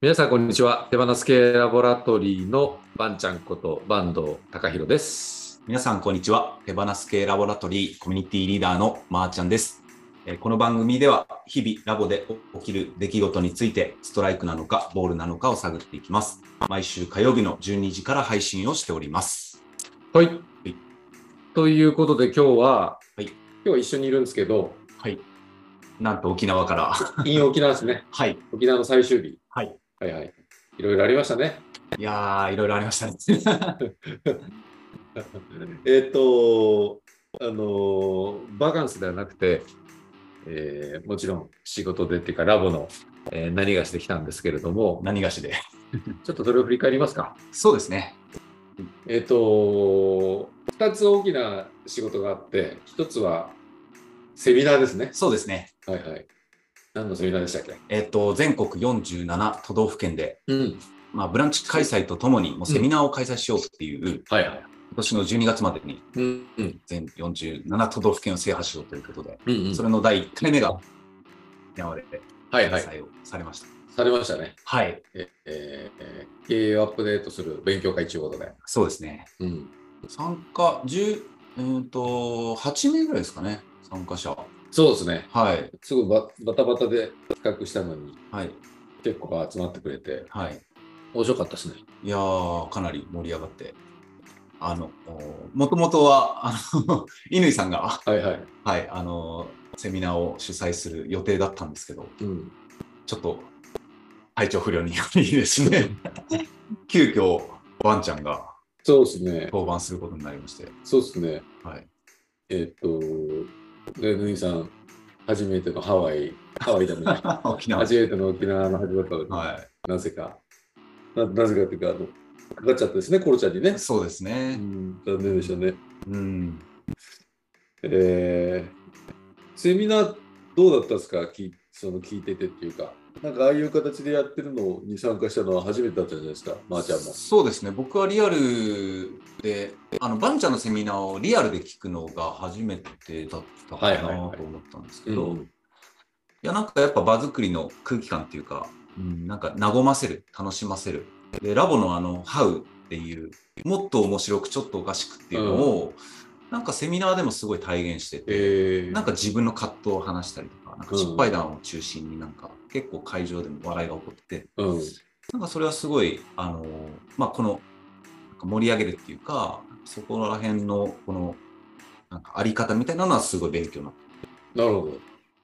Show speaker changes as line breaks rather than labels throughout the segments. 皆さん、こんにちは。手放す系ラボラトリーのバンちゃんこと坂東隆弘です。
皆さん、こんにちは。手放す系ラボラトリーコミュニティリーダーのまーちゃんです。えーこの番組では、日々ラボで起きる出来事について、ストライクなのか、ボールなのかを探っていきます。毎週火曜日の12時から配信をしております。
はい。
い
ということで、今日は、
はい
今日一緒にいるんですけ ど、
はい。なんと沖縄から。
イン沖縄ですね。
はい。
沖縄の最終日。
はい。
はいはい。いろいろありましたね。
いやー、いろいろありましたね。
えっ、と、あのーバカンスではなくて、えーもちろん仕事でっていうか、ラボの、えー何がしてきたんですけれども、
何がしで。
ちょっとそれを振り返りますか。
そうですね。
えっ、と、2つ大きな仕事があって、1つはセミナーですね。
そうですね。
はいはい。何のセミナーでしたっけ
えっ、と、全国47都道府県で、
うん。
まあ、ブランチ開催とともに、もうセミナーを開催しようっていう、今
はいはい。
年の12月までに
うんうん
全47都道府県を制覇しようということで、
うんうん
それの第1回目が沖縄で
はいは
開
い。
催をされました。
されましたね。
はい、
えええー経営をアップデートする勉強会ということで。
そうですね。
うん。
参加10、うーんと、8名ぐらいですかね、参加者。
そうですね。
はい、
すぐババタバタで企画したのに、
はい、
結構集まってくれて、
はい。
面白かったですね。
いやー、かなり盛り上がって。あの、もともとは、あの、 乾さんが、
はいはい。
はい、あの、セミナーを主催する予定だったんですけど、
うん。
ちょっと体調不良によりですね、 急遽ワンちゃんが
そうですね。
登板することになりまして、
そうですね。
はい、
えっ、と、で、ぬいさん、初めてのハワイ、ハワイだね。
沖縄
初めての沖縄の始まったのに
は
なぜか。ななぜかというか、あのかかっちゃったですね、コロちゃんにね
い、。そうです
う
ね。
ん残念でしたね。
うん、
えーセミナーどうだったんですか聞いその聞いててっていうか、なんかああいう形でやってるのに参加したのは初めてだったじゃないですか、まー、ちゃんも。
そうですね。僕はリアルで、あのバンちゃんのセミナーをリアルで聞くのが初めてだったか
はい
な
はいはい
と思ったんですけ
けど
ど、いやなんかやっぱ場作りの空気感っていうか、うん、なんか和ませる、楽しませる。でラボのあのハウっていうもっと面白くちょっとおかしくっていうのを、なんかセミナーでもすごい体現してて。
えー
なんか自分の葛藤を話したりとか、なんか失敗談を中心になんか、結構会場でも笑いが起こって、
うん、
なんかそれはすごい、あのーまあ、この、なんか盛り上げるっていうか、そこら辺の、この、なんかあり方みたいなのはすごい勉強になっ
なるほ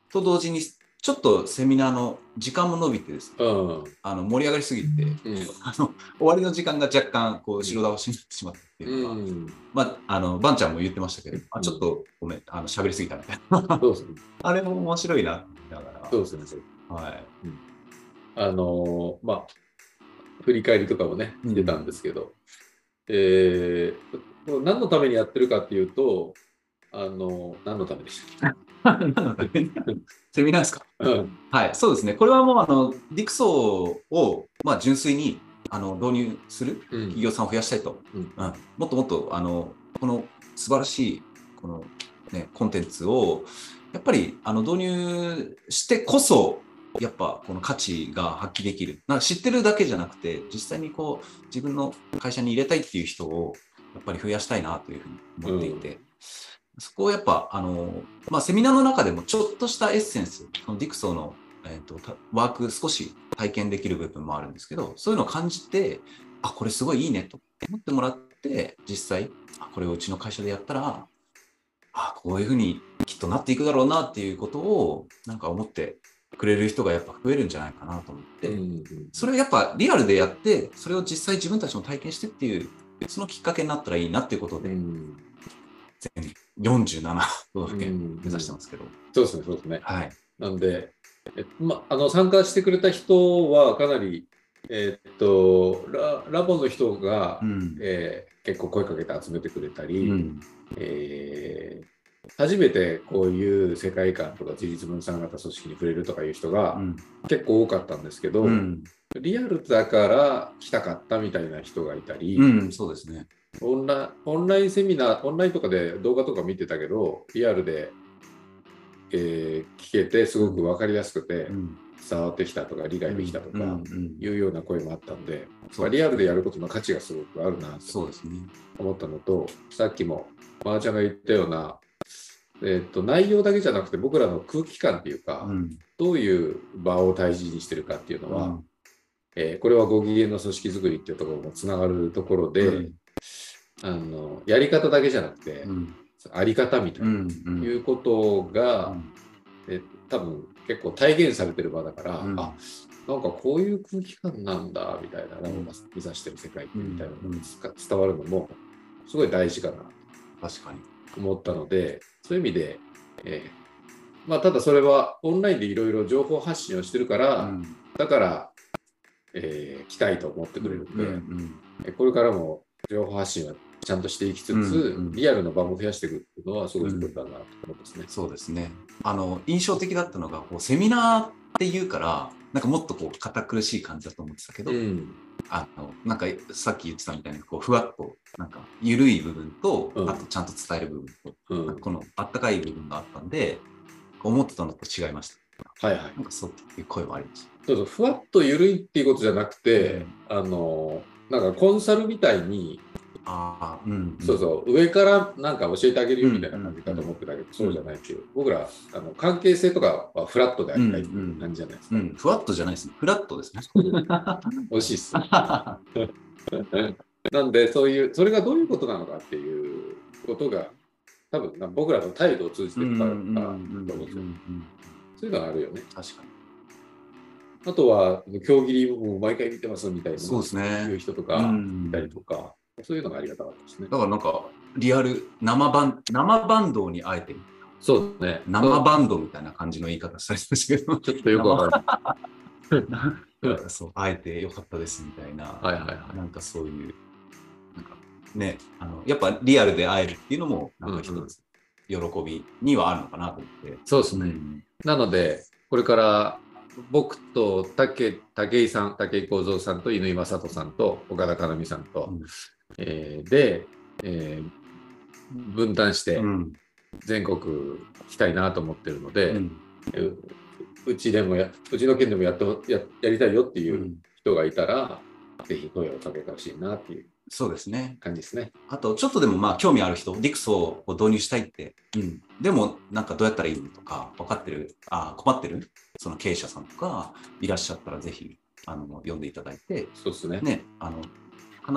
た。と同時に、ちょっとセミナーの時間も伸びてですね、
ど。
あの盛り上がりすぎて、
うん。うん
あの終わりの時間が若干こう後ろ倒しになってしまったっていうか、
うん、
まあ、あのバンちゃんも言ってましたけど、あちょっとごめん、あの喋りすぎたみたいな、
そうですね。
あれも面白いなって思いながら、
そうですね。
はい、
あのーまあ、振り返りとかもね、
うん
見てたんですけど、えー何のためにやってるかっていうと、あの何のためでしたっ
セミナーですか
け、うん、
はい、そうですね。これはもう、あの、ディクソーを、まあ、純粋に、あの、導入する
うん
企業さんを増やしたいと。
うん
もっともっと、あの、この素晴らしい、この、ね、コンテンツを、やっぱり、あの、導入してこそ、やっぱ、この価値が発揮できる。なんか知ってるだけじゃなくて、実際にこう、自分の会社に入れたいっていう人を、やっぱり増やしたいなというふうに思っていて、そこをやっぱ、あの、まあ、セミナーの中でもちょっとしたエッセンス、そのディクソーの、えー、とたワーク少し体験できる部分もあるんですけど、そういうのを感じて、あ、これすごいいいねと思ってもらって、実際、あこれをうちの会社でやったら、あ、こういうふうにきっとなっていくだろうなっていうことを、なんか思ってくれる人がやっぱ増えるんじゃないかなと思って、
うん
それをやっぱリアルでやって、それを実際自分たちも体験してっていう、そのきっかけになったらいいなっていうこと
う
で、
ん
全47都道府県目指して
うん
ますけど、
そうですね、そうですね。
はい。
なんで、えま、あの参加してくれた人はかなり、えーっとララボの人が、
うん
えー結構声かけて集めてくれたり、
うん
えー初めてこういう世界観とか自立分散型組織に触れるとかいう人が結構多かったんですけど、
うん
リアルだから来たかったみたいな人がいたり、
うん、そうですね。
オンラオンラインセミナーオンラインとかで動画とか見てたけどリアルで、えー聞けてすごく分かりやすくて、
うん
伝わってきたとか理解できたと
うんう
か
んうん
いうような声もあったんで、
そ
まあ
う
リアルでやることの価値がすごくあるなと
そうですね。
思ったのと、さっきもまーちゃんが言ったような、えっと内容だけじゃなくて僕らの空気感っていうか、
うん
どういう場を大事にしてるかっていうのは、えーこれはご機嫌の組織づくりっていうところもつながるところで、
うん
あのやり方だけじゃなくて、
うん
あり方みたいな、
うん
いうことが、
うん
え多分結構体現されてる場だから、
うん
あなんかこういう空気感なんだみたいな、ラボ
うん
が目指してる世界ってみたいな
うん
のがつか伝わるのもすごい大事かなと
確かに。
思ったのでそういう意味で、えーまあ、ただそれはオンラインでいろいろ情報発信をしてるから、
うん
だから、えー来たいと思ってくれるんで、
うんうん
えこれからも情報発信はちゃんとしていきつつ、
うんうん
リアルの場も増やしていくっていうのはすごいことだなと思うんですね。
そうですね。あの印象的だったのがこうセミナーっていうからなんかもっとこう堅苦しい感じだと思ってたけど、
うん
あのなんかさっき言ってたみたいにこうふわっとなんか緩い部分と、
うん
あとちゃんと伝える部分と、
うん
な
は
んかこのあったかい部分があったんで思ってたのと違いました。
いはい
なんかそういう声もありました。
そうそうふわっと緩いっていうことじゃなくて、あのなんかコンサルみたいに、
ああ、うん、
そうそう上からなんか教えてあげるよみたいな感じかと思ってたけど、そうじゃないっていう僕らあの関係性とかはフラットでありたいっていう感じじゃないですか、
うん、ふわっとじゃないですね。フラットですね。
美味しいっすなんでそういうそれがどういうことなのかっていうことが多分な僕らの態度を通じて
うん
伝
う
わ
ん
る
うん
か
う
ら、
んうん
そういうのはあるよね
確かに。
あとは競技リーグも毎回見てますみたいな
そうです
いう
ね。
人と
う
かい
ん
たり
だ
とか、そういうのがありがたかったですね。
からなんか、リアル、生バン、生バンドに会えてる、
そうですね
生バンドみたいな感じの言い方されてましたけど、
ちょっとよくわからない。う
そう、会えてよかったですみたいな、
はいはいはい
なんかそういう、なんかね、あの、やっぱリアルで会えるっていうのも、なんか一つ、喜びにはあるのかなと思って。
そうですね。なので、これから僕と武武井さん、武井幸三さんと乾正人さんと岡田佳美さんと、
うん
えーで、えー分担して
うん。
全国行きたいなと思ってるので、
うん
ううちでもや、うちの県でもやっとややりたいよっていう人がいたら、ぜひ声をかけてほしいなっていう
そうですね。
感じですね。
あと、ちょっとでもまあ、興味ある人、ディクソを導入したいって、うん、でも、なんかどうやったらいいのとか、分かってる、あ困ってる、その経営者さんとか、いらっしゃったら、ぜひ、あの、読んでいただいて、
そうですね。
ね、あの、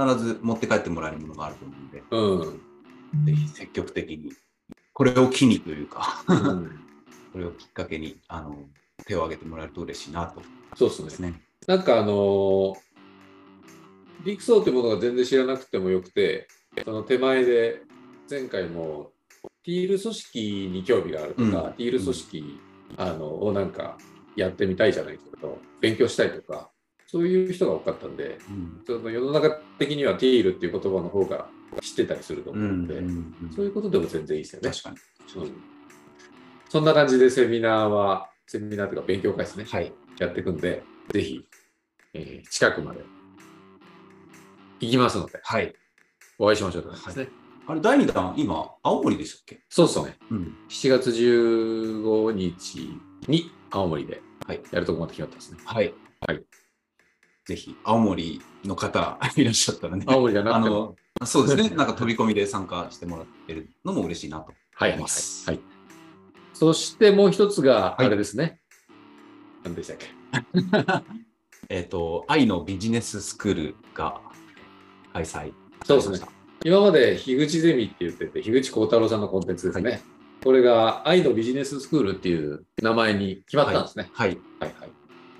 必ず持って帰ってもらえるものがあると思うんで、
うん。
ぜひ積極的に、これを機にというか、
うん
これをきっかけに、あの、手を挙げてもらえると嬉しいなと思
そうです
うん
ね
です。ね。
なんかあのー、陸層ってものが全然知らなくてもよくて、その手前で、前回も、ティール組織に興味があるとか、
うん
ティール組織、あのをなんかやってみたいじゃないけど、勉強したいとか、そういう人が多かったんで、
うん。
その世の中的にはティールっていう言葉の方が知ってたりすると
う
思うの
ん。
で、
うん
そういうことでも全然いいですよね。
確かに。
うんそんな感じでセミナーは、セミナーというか勉強会ですね。
はい。
やっていくんで、ぜひ、えー近くまで行きますので、
はい。
お会いしましょうと思いますね。
あれ、第2弾、今、青森でしたっけ
そうですね。
うん。
7月15日に青森で
はい
やるとこまで決まったんですね。
はい。
はい。
ぜひ、青森の方いらっしゃったらね。
青森じゃな
あ
くても。
の、そうですね。なんか飛び込みで参加してもらってるのも嬉しいなと。
はい、はい、
思
は
います
い。そしてもう一つが、
はい
あれですね。何でしたっけ
えっ、と、愛のビジネススクールが開催。
そうですね。今まで樋口ゼミって言ってて、樋口幸太郎さんのコンテンツですね。
は
これが愛のビジネススクールっていう名前に決まったんですね。
はい。
はいは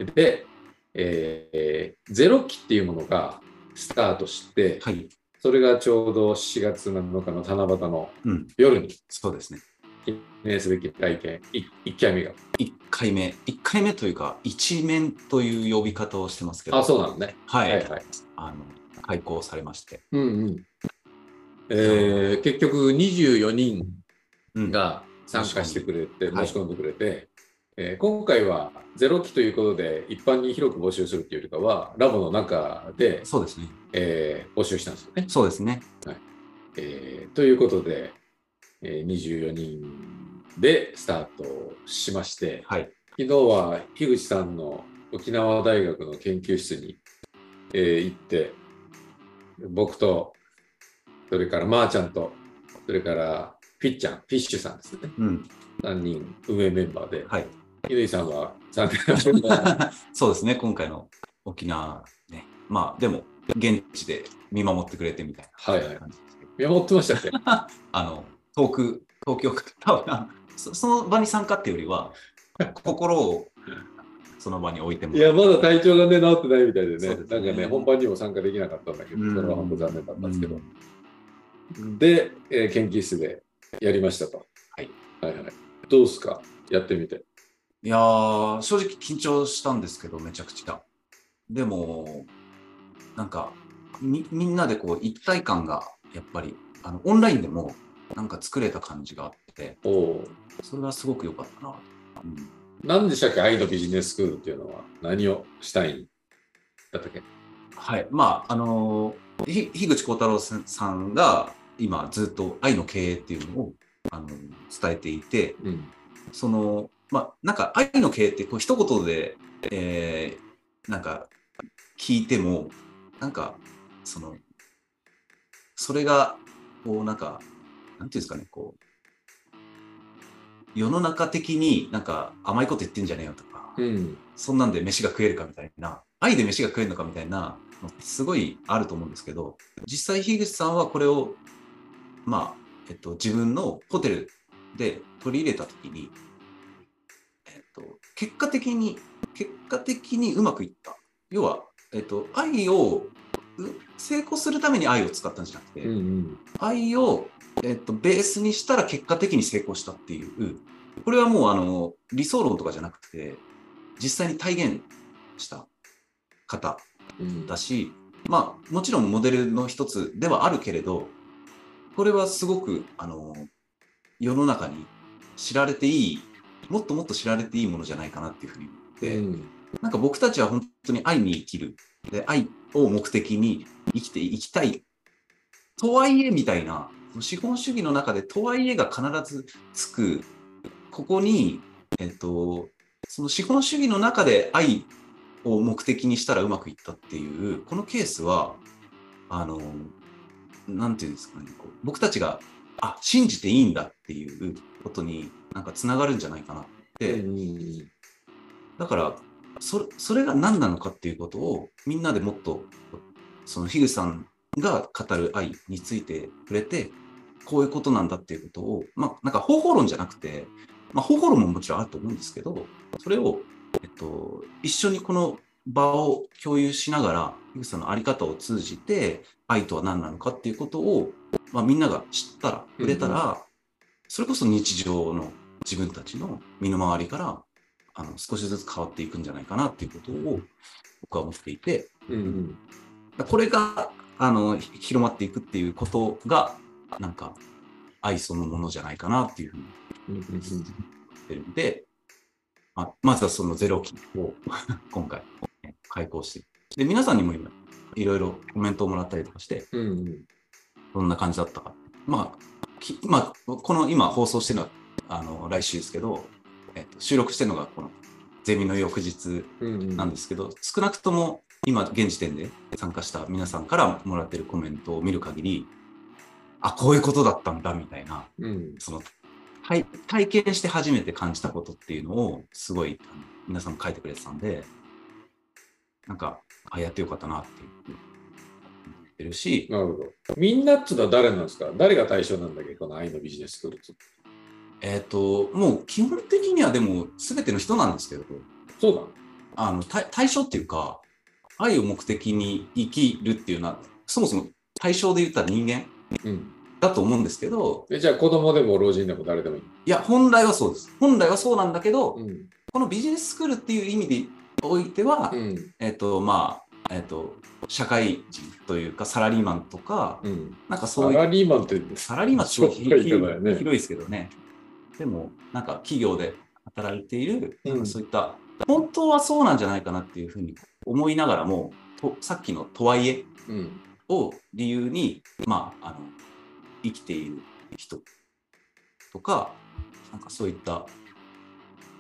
い、で、えーゼロ期っていうものがスタートして、
はい。
それがちょうど4月7日の七夕の
うん。
夜に
そうですね。
記念すべき体験、1回目が。
1回目。1回目というか、一面という呼び方をしてますけど。
あ、そうなのね。
は。
はいいはい。
あの、開講されまして。
うんうん。えー結局24人
うん
が参加してくれて、
はい
申し込んでくれて、えー今回はゼロ期ということで、一般に広く募集するっていうよりかは、ラボの中で、
そうですね。
えー募集したんですよね。
そうですね。
えーということで、えー24人でスタートしまして、
はい。
昨日は樋口さんの沖縄大学の研究室に、えー行って、僕と、それからまーちゃんと、それからフィッちゃん、フィッシュさんですね。
うん。
3人運営メンバーで、
はい。
乾、井さんは残念ながら
そうですね、今回の沖縄ね。まあ、でも、現地で見守ってくれてみたい
はいは。
ない感じですけど、
見守ってましたね。
あの、遠く、東京から、多分あそその場に参加っていうよりは、心をその場に置いても
い
ら
や、
う
まだ体調がね、治ってないみたいでね、
そうですね
なんかね、本番にも参加できなかったんだけど、
うん
それは本当残念だったんですけど
う、
で、えー研究室でやりましたと。
はい。
はいはい。どうですかやってみて。
いやー、正直緊張したんですけど、めちゃくちゃ。でも、なんか、みみんなでこう一体感が、やっぱり、あのオンラインでも、なんか作れた感じがあって、
おお。
それはすごく良かったな。うん
なんでしたっけ愛のビジネススクールっていうのは何をしたいんだったっけ
はい、まああのひ樋口幸太郎さんさんが今ずっと愛の経営っていうのをあの伝えていて
うん。
そのまあなんか愛の経営ってこう一言で、えーなんか聞いてもなんかそのそれがこうなんかなんていうんですかねこう世の中的になんか甘いこと言ってんじゃねえよとか、
うん。
そんなんで飯が食えるかみたいな、愛で飯が食えるのかみたいなのってすごいあると思うんですけど、実際、樋口さんはこれを、まあ、えっと、自分のホテルで取り入れたときに、えっと、結果的に、結果的にうまくいった。要は、えっと、愛を、う成功するために愛を使ったんじゃなくて、
うんうん。
愛を、えっと、ベースにしたら結果的に成功したっていう、これはもうあの理想論とかじゃなくて、実際に体現した方
うん
だし、まあ、もちろんモデルの一つではあるけれど、これはすごくあの世の中に知られていい、もっともっと知られていいものじゃないかなっていうふうに思って、
うん
なんか僕たちは本当に愛に生きる。で、愛を目的に生きていきたい。とはいえみたいな、資本主義の中でとはいえが必ずつく、ここに、えっと、その資本主義の中で愛を目的にしたらうまくいったっていう、このケースは、あの、なんていうんですかね、こう僕たちが、あ、信じていいんだっていうことになんかつながるんじゃないかなって、
うんうん
だからそそれが何なのかっていうことをみんなでもっとその樋口さんが語る愛について触れてこういうことなんだっていうことをまあなんか方法論じゃなくて、まあ、方法論ももちろんあると思うんですけどそれを、えっと、一緒にこの場を共有しながら樋口さんの在り方を通じて愛とは何なのかっていうことを、まあ、みんなが知ったら触れたら、それこそ日常の自分たちの身の回りからあの少しずつ変わっていくんじゃないかなっていうことを僕は思っていて
うんうん
これがあのひ広まっていくっていうことがなんか愛そのものじゃないかなっていうふうに
うんうん
思ってるんで、まあ、まずはそのゼロ金を 今回、ね開講してで皆さんにも今いろいろコメントをもらったりとかして
うんうん
どんな感じだったか。まあ、きまあ、この今放送してるのはあの来週ですけど、えっと、収録してるのがこのゼミの翌日
うんうん
なんですけど、少なくとも今現時点で参加した皆さんからもらってるコメントを見る限り、あ、こういうことだったんだみたいな、
うん
その体体験して初めて感じたことっていうのをすごいあの皆さん書いてくれてたんで、なんか、あ、やってよかったなっていうふうに思ってるし、
なるほど。みんなっつうのは誰なんですか誰が対象なんだっけこの愛のビジネススクールって。
えっ、と、もう基本的にはでも全ての人なんですけど、
そうだ。
あの対対象っていうか、愛を目的に生きるっていうのは、そもそも対象で言ったら人間
うん。
だと思うんですけど、
えじゃあ子供でも老人でも誰でもいい。
いや、本来はそうです。本来はそうなんだけど、
ん。
このビジネススクールっていう意味でおいては、
うん。
えっ、と、まあ、えっ、と、社会人というか、サラリーマンとか、
うん。
なん
サ
かそういう
ラリーマンって、
サラリーマンってすごい
そっか
広
り
い
言ってないね
広いですけどね。でも、なんか企業で働いている、
うん
なんかそういった、本当はそうなんじゃないかなっていうふうに思いながらも、とさっきのとはいえ
うん。
を理由に、まあ、あの生きている人とか、なんかそういった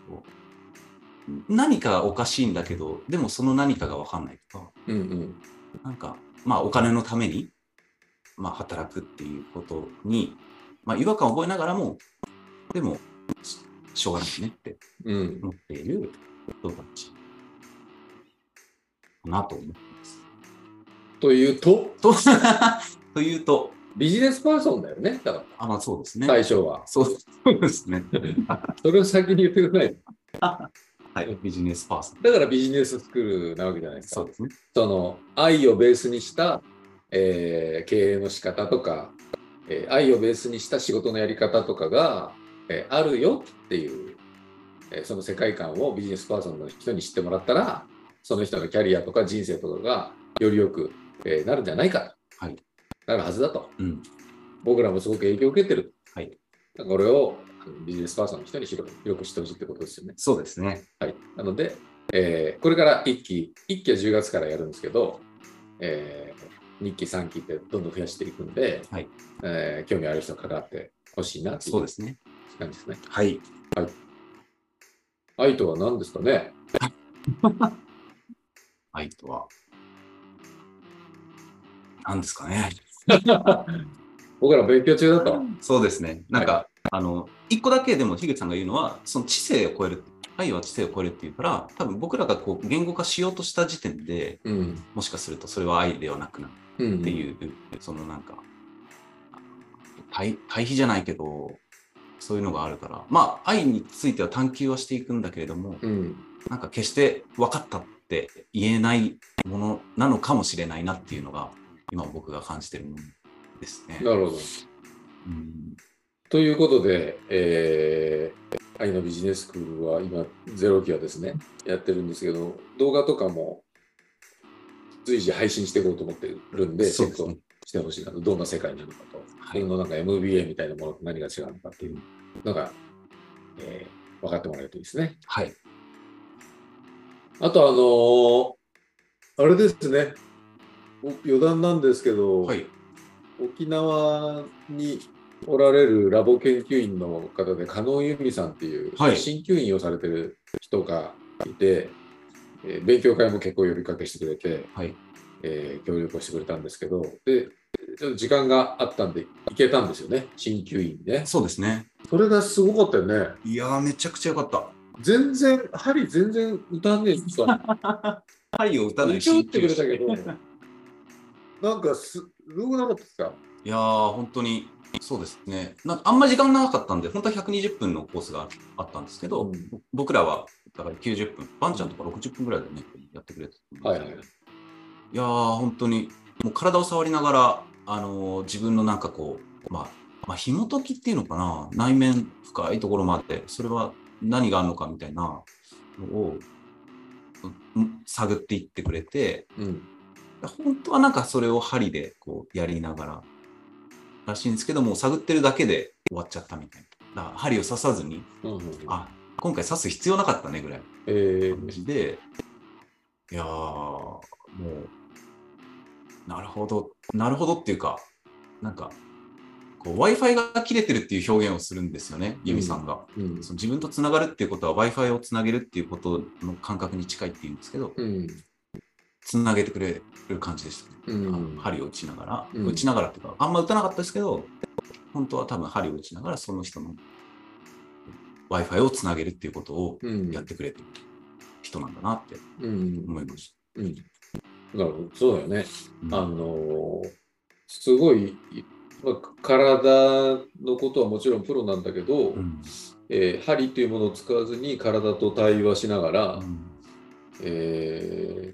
こう何かおかしいんだけど、でもその何かが分かんないとか、
うんうん
なんか、まあ、お金のために、まあ、働くっていうことに、まあ、違和感を覚えながらも、でも、ししょうがないねって
うん
思っている人たちかなと思う。
というと
と というと、
ビジネスパーソンだよねだか
あ、まあそうです
ら
ね。
最初は
そうそうですね。
それを先に言ってくれない
はい。ビジネスパーソン。
だからビジネススクールなわけじゃないですか
そうですね。
その愛をベースにした、えー経営の仕方とか、えー愛をベースにした仕事のやり方とかが、えーあるよっていう、えーその世界観をビジネスパーソンの人に知ってもらったらその人のキャリアとか人生とかがよりよく、えーなるんじゃないかと、
はい
なるはずだと
うん。
僕らもすごく影響を受けてる、
はい
だからこれをあのビジネスパーソンの人に広く広く知ってほしいってことですよね。
そうですね。
はい、なので、えーこれから1期、1期は10月からやるんですけど、え2期、3期ってどんどん増やしていくんで、
はい
えー興味ある人関わってほしいなってい
そう
う
ですね。
感じですね。
はい。
愛とは何ですかね
愛とは、何ですかね。
僕ら勉強中だと。
そうですね。なんか、あの、一個だけでも、樋口さんが言うのは、その知性を超える。愛は知性を超えるっていうから、多分僕らがこう言語化しようとした時点で、
うん。
もしかするとそれは愛ではなくなる
うん、
っていう、そのなんか、対対比じゃないけど、そういうのがあるから、まあ、愛については探求はしていくんだけれども、
うん。
なんか決して分かったって言えないものなのかもしれないなっていうのが、今僕が感じてるものですね。
なるほど。
うん
ということで、えー愛のビジネススクールは今、ゼロ期はですね、やってるんですけど、動画とかも随時配信していこうと思ってるんで、
そうですね。
してほしいなと、どんな世界なのかと、
は
自
い
分のなんか MBA みたいなものと何が違うのかっていうのが、えー分かってもらえるといいですね。
はい。
あと、あのーあれですね、お余談なんですけど、
はい。
沖縄におられるラボ研究員の方で、加納由美さんっていう、
はい
鍼灸院をされてる人がいて、えー勉強会も結構呼びかけしてくれて、
はい。
えー協力をしてくれたんですけど、で、ちょっと時間があったんで、行けたんですよね、鍼灸院ね。
そうですね。
それがすごかったよね。
いやー、めちゃくちゃ良かった。
全然、針全然歌んねえんですよ
針を打たない
一応打ってくれた
い
けど、なんかす、すごくなかったですか
やー、本当に、そうですね。なんかあんま時間なかったんで、本当は120分のコースがあったんですけど、
うん
僕らは、だから90分、バンちゃんとか60分ぐらいでね、やってくれてた
はいはいはい
いやー、本当に、もう体を触りながら、あのー自分のなんかこう、まあ、まあ、紐解きっていうのかな、内面深いところまで、それは何があるのかみたいなのを、うん探っていってくれて、
うん。
本当はなんかそれを針でこうやりながららしいんですけども、探ってるだけで終わっちゃったみたいな。だから針を刺さずに、
うんうん、
あ、今回刺す必要なかったねぐらい
え
の感
ー、
じで、いやー、もう、なるほど、なるほどっていうか、なんか、こう Wi-Fi が切れてるっていう表現をするんですよね、ユミさんが。
うん
その自分とつながるっていうことは Wi-Fi をつなげるっていうことの感覚に近いっていうんですけど、
うん。
つなげてくれる感じでしたね。
うん
針を打ちながら、
うん
打ちながらっていうか、あんま打たなかったですけど、本当は多分針を打ちながら、その人の Wi-Fi をつなげるっていうことを
うん
やってくれてる人なんだなって
うん
思いまし
うんなるほどそうだよね。
た。
あのーすごい、まあ、体のことはもちろんプロなんだけど、
うん
えー針というものを使わずに体と対話しながら、
うん
えー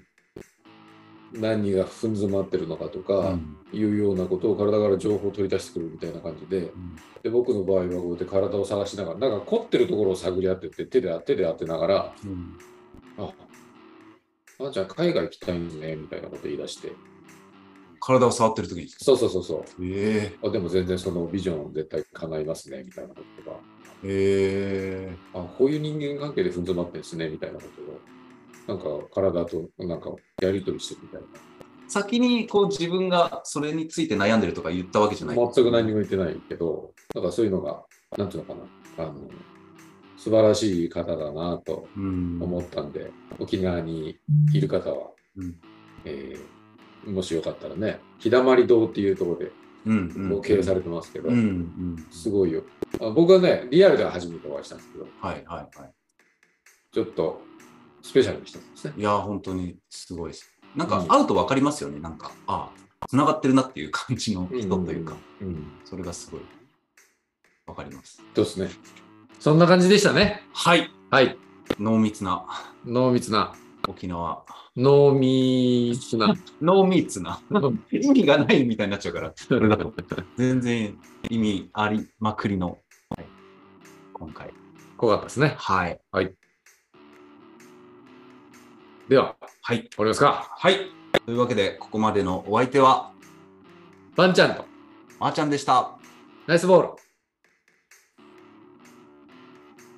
何が踏ん詰まってるのかと
う
か
ん
いうようなことを体から情報を取り出してくるみたいな感じで
うん
で僕の場合はこうやって体を探しながらなんか凝ってるところを探り当てて手で手で当てながら
うん
あ、あーちゃん海外行きたいんね、みたいなこと言い出して。
体を触ってる時に。
そうそうそうそ
え
う。あでも全然そのビジョン絶対叶いますね、みたいなこととか。
ええ
あ、こういう人間関係で踏ん詰まってんですね、みたいなことを。なんか体となんかやりとりしてるみたい
先にこう自分がそれについて悩んでるとか言ったわけじゃない。
な。全く何も言ってないけど、なんかそういうのが、なんていうのかな。あの、素晴らしい方だなと
うん
思ったんで、沖縄にいる方は、
うん
えーもしよかったらね、日だまり堂っていうところで、
うんうん
もう経営されてますけど、
うんうん
すごいよあ。僕はね、リアルでは初めてお会いしたんですけど、
はいはいはい
ちょっとスペシャルにしたんですね。
いやー本当にすごいです。なん
う
か
ん
会うと分かりますよね。なんか、ああ、つながってるなっていう感じの人というか、
うん。うん
それがすごい分かります。
そうですね。そんな感じでしたね。
はい。
はい。
濃密な
濃密な。
沖縄。
濃密な。
濃密な。意味がないみたいになっちゃうから、俺だと全然意味ありまくりの、はい今回。
怖かったですね。
はい。
では、
はい。
終わりますか。
はい。というわけで、ここまでのお相手は、
バンちゃんと
まーちゃんでした。
ナイスボール。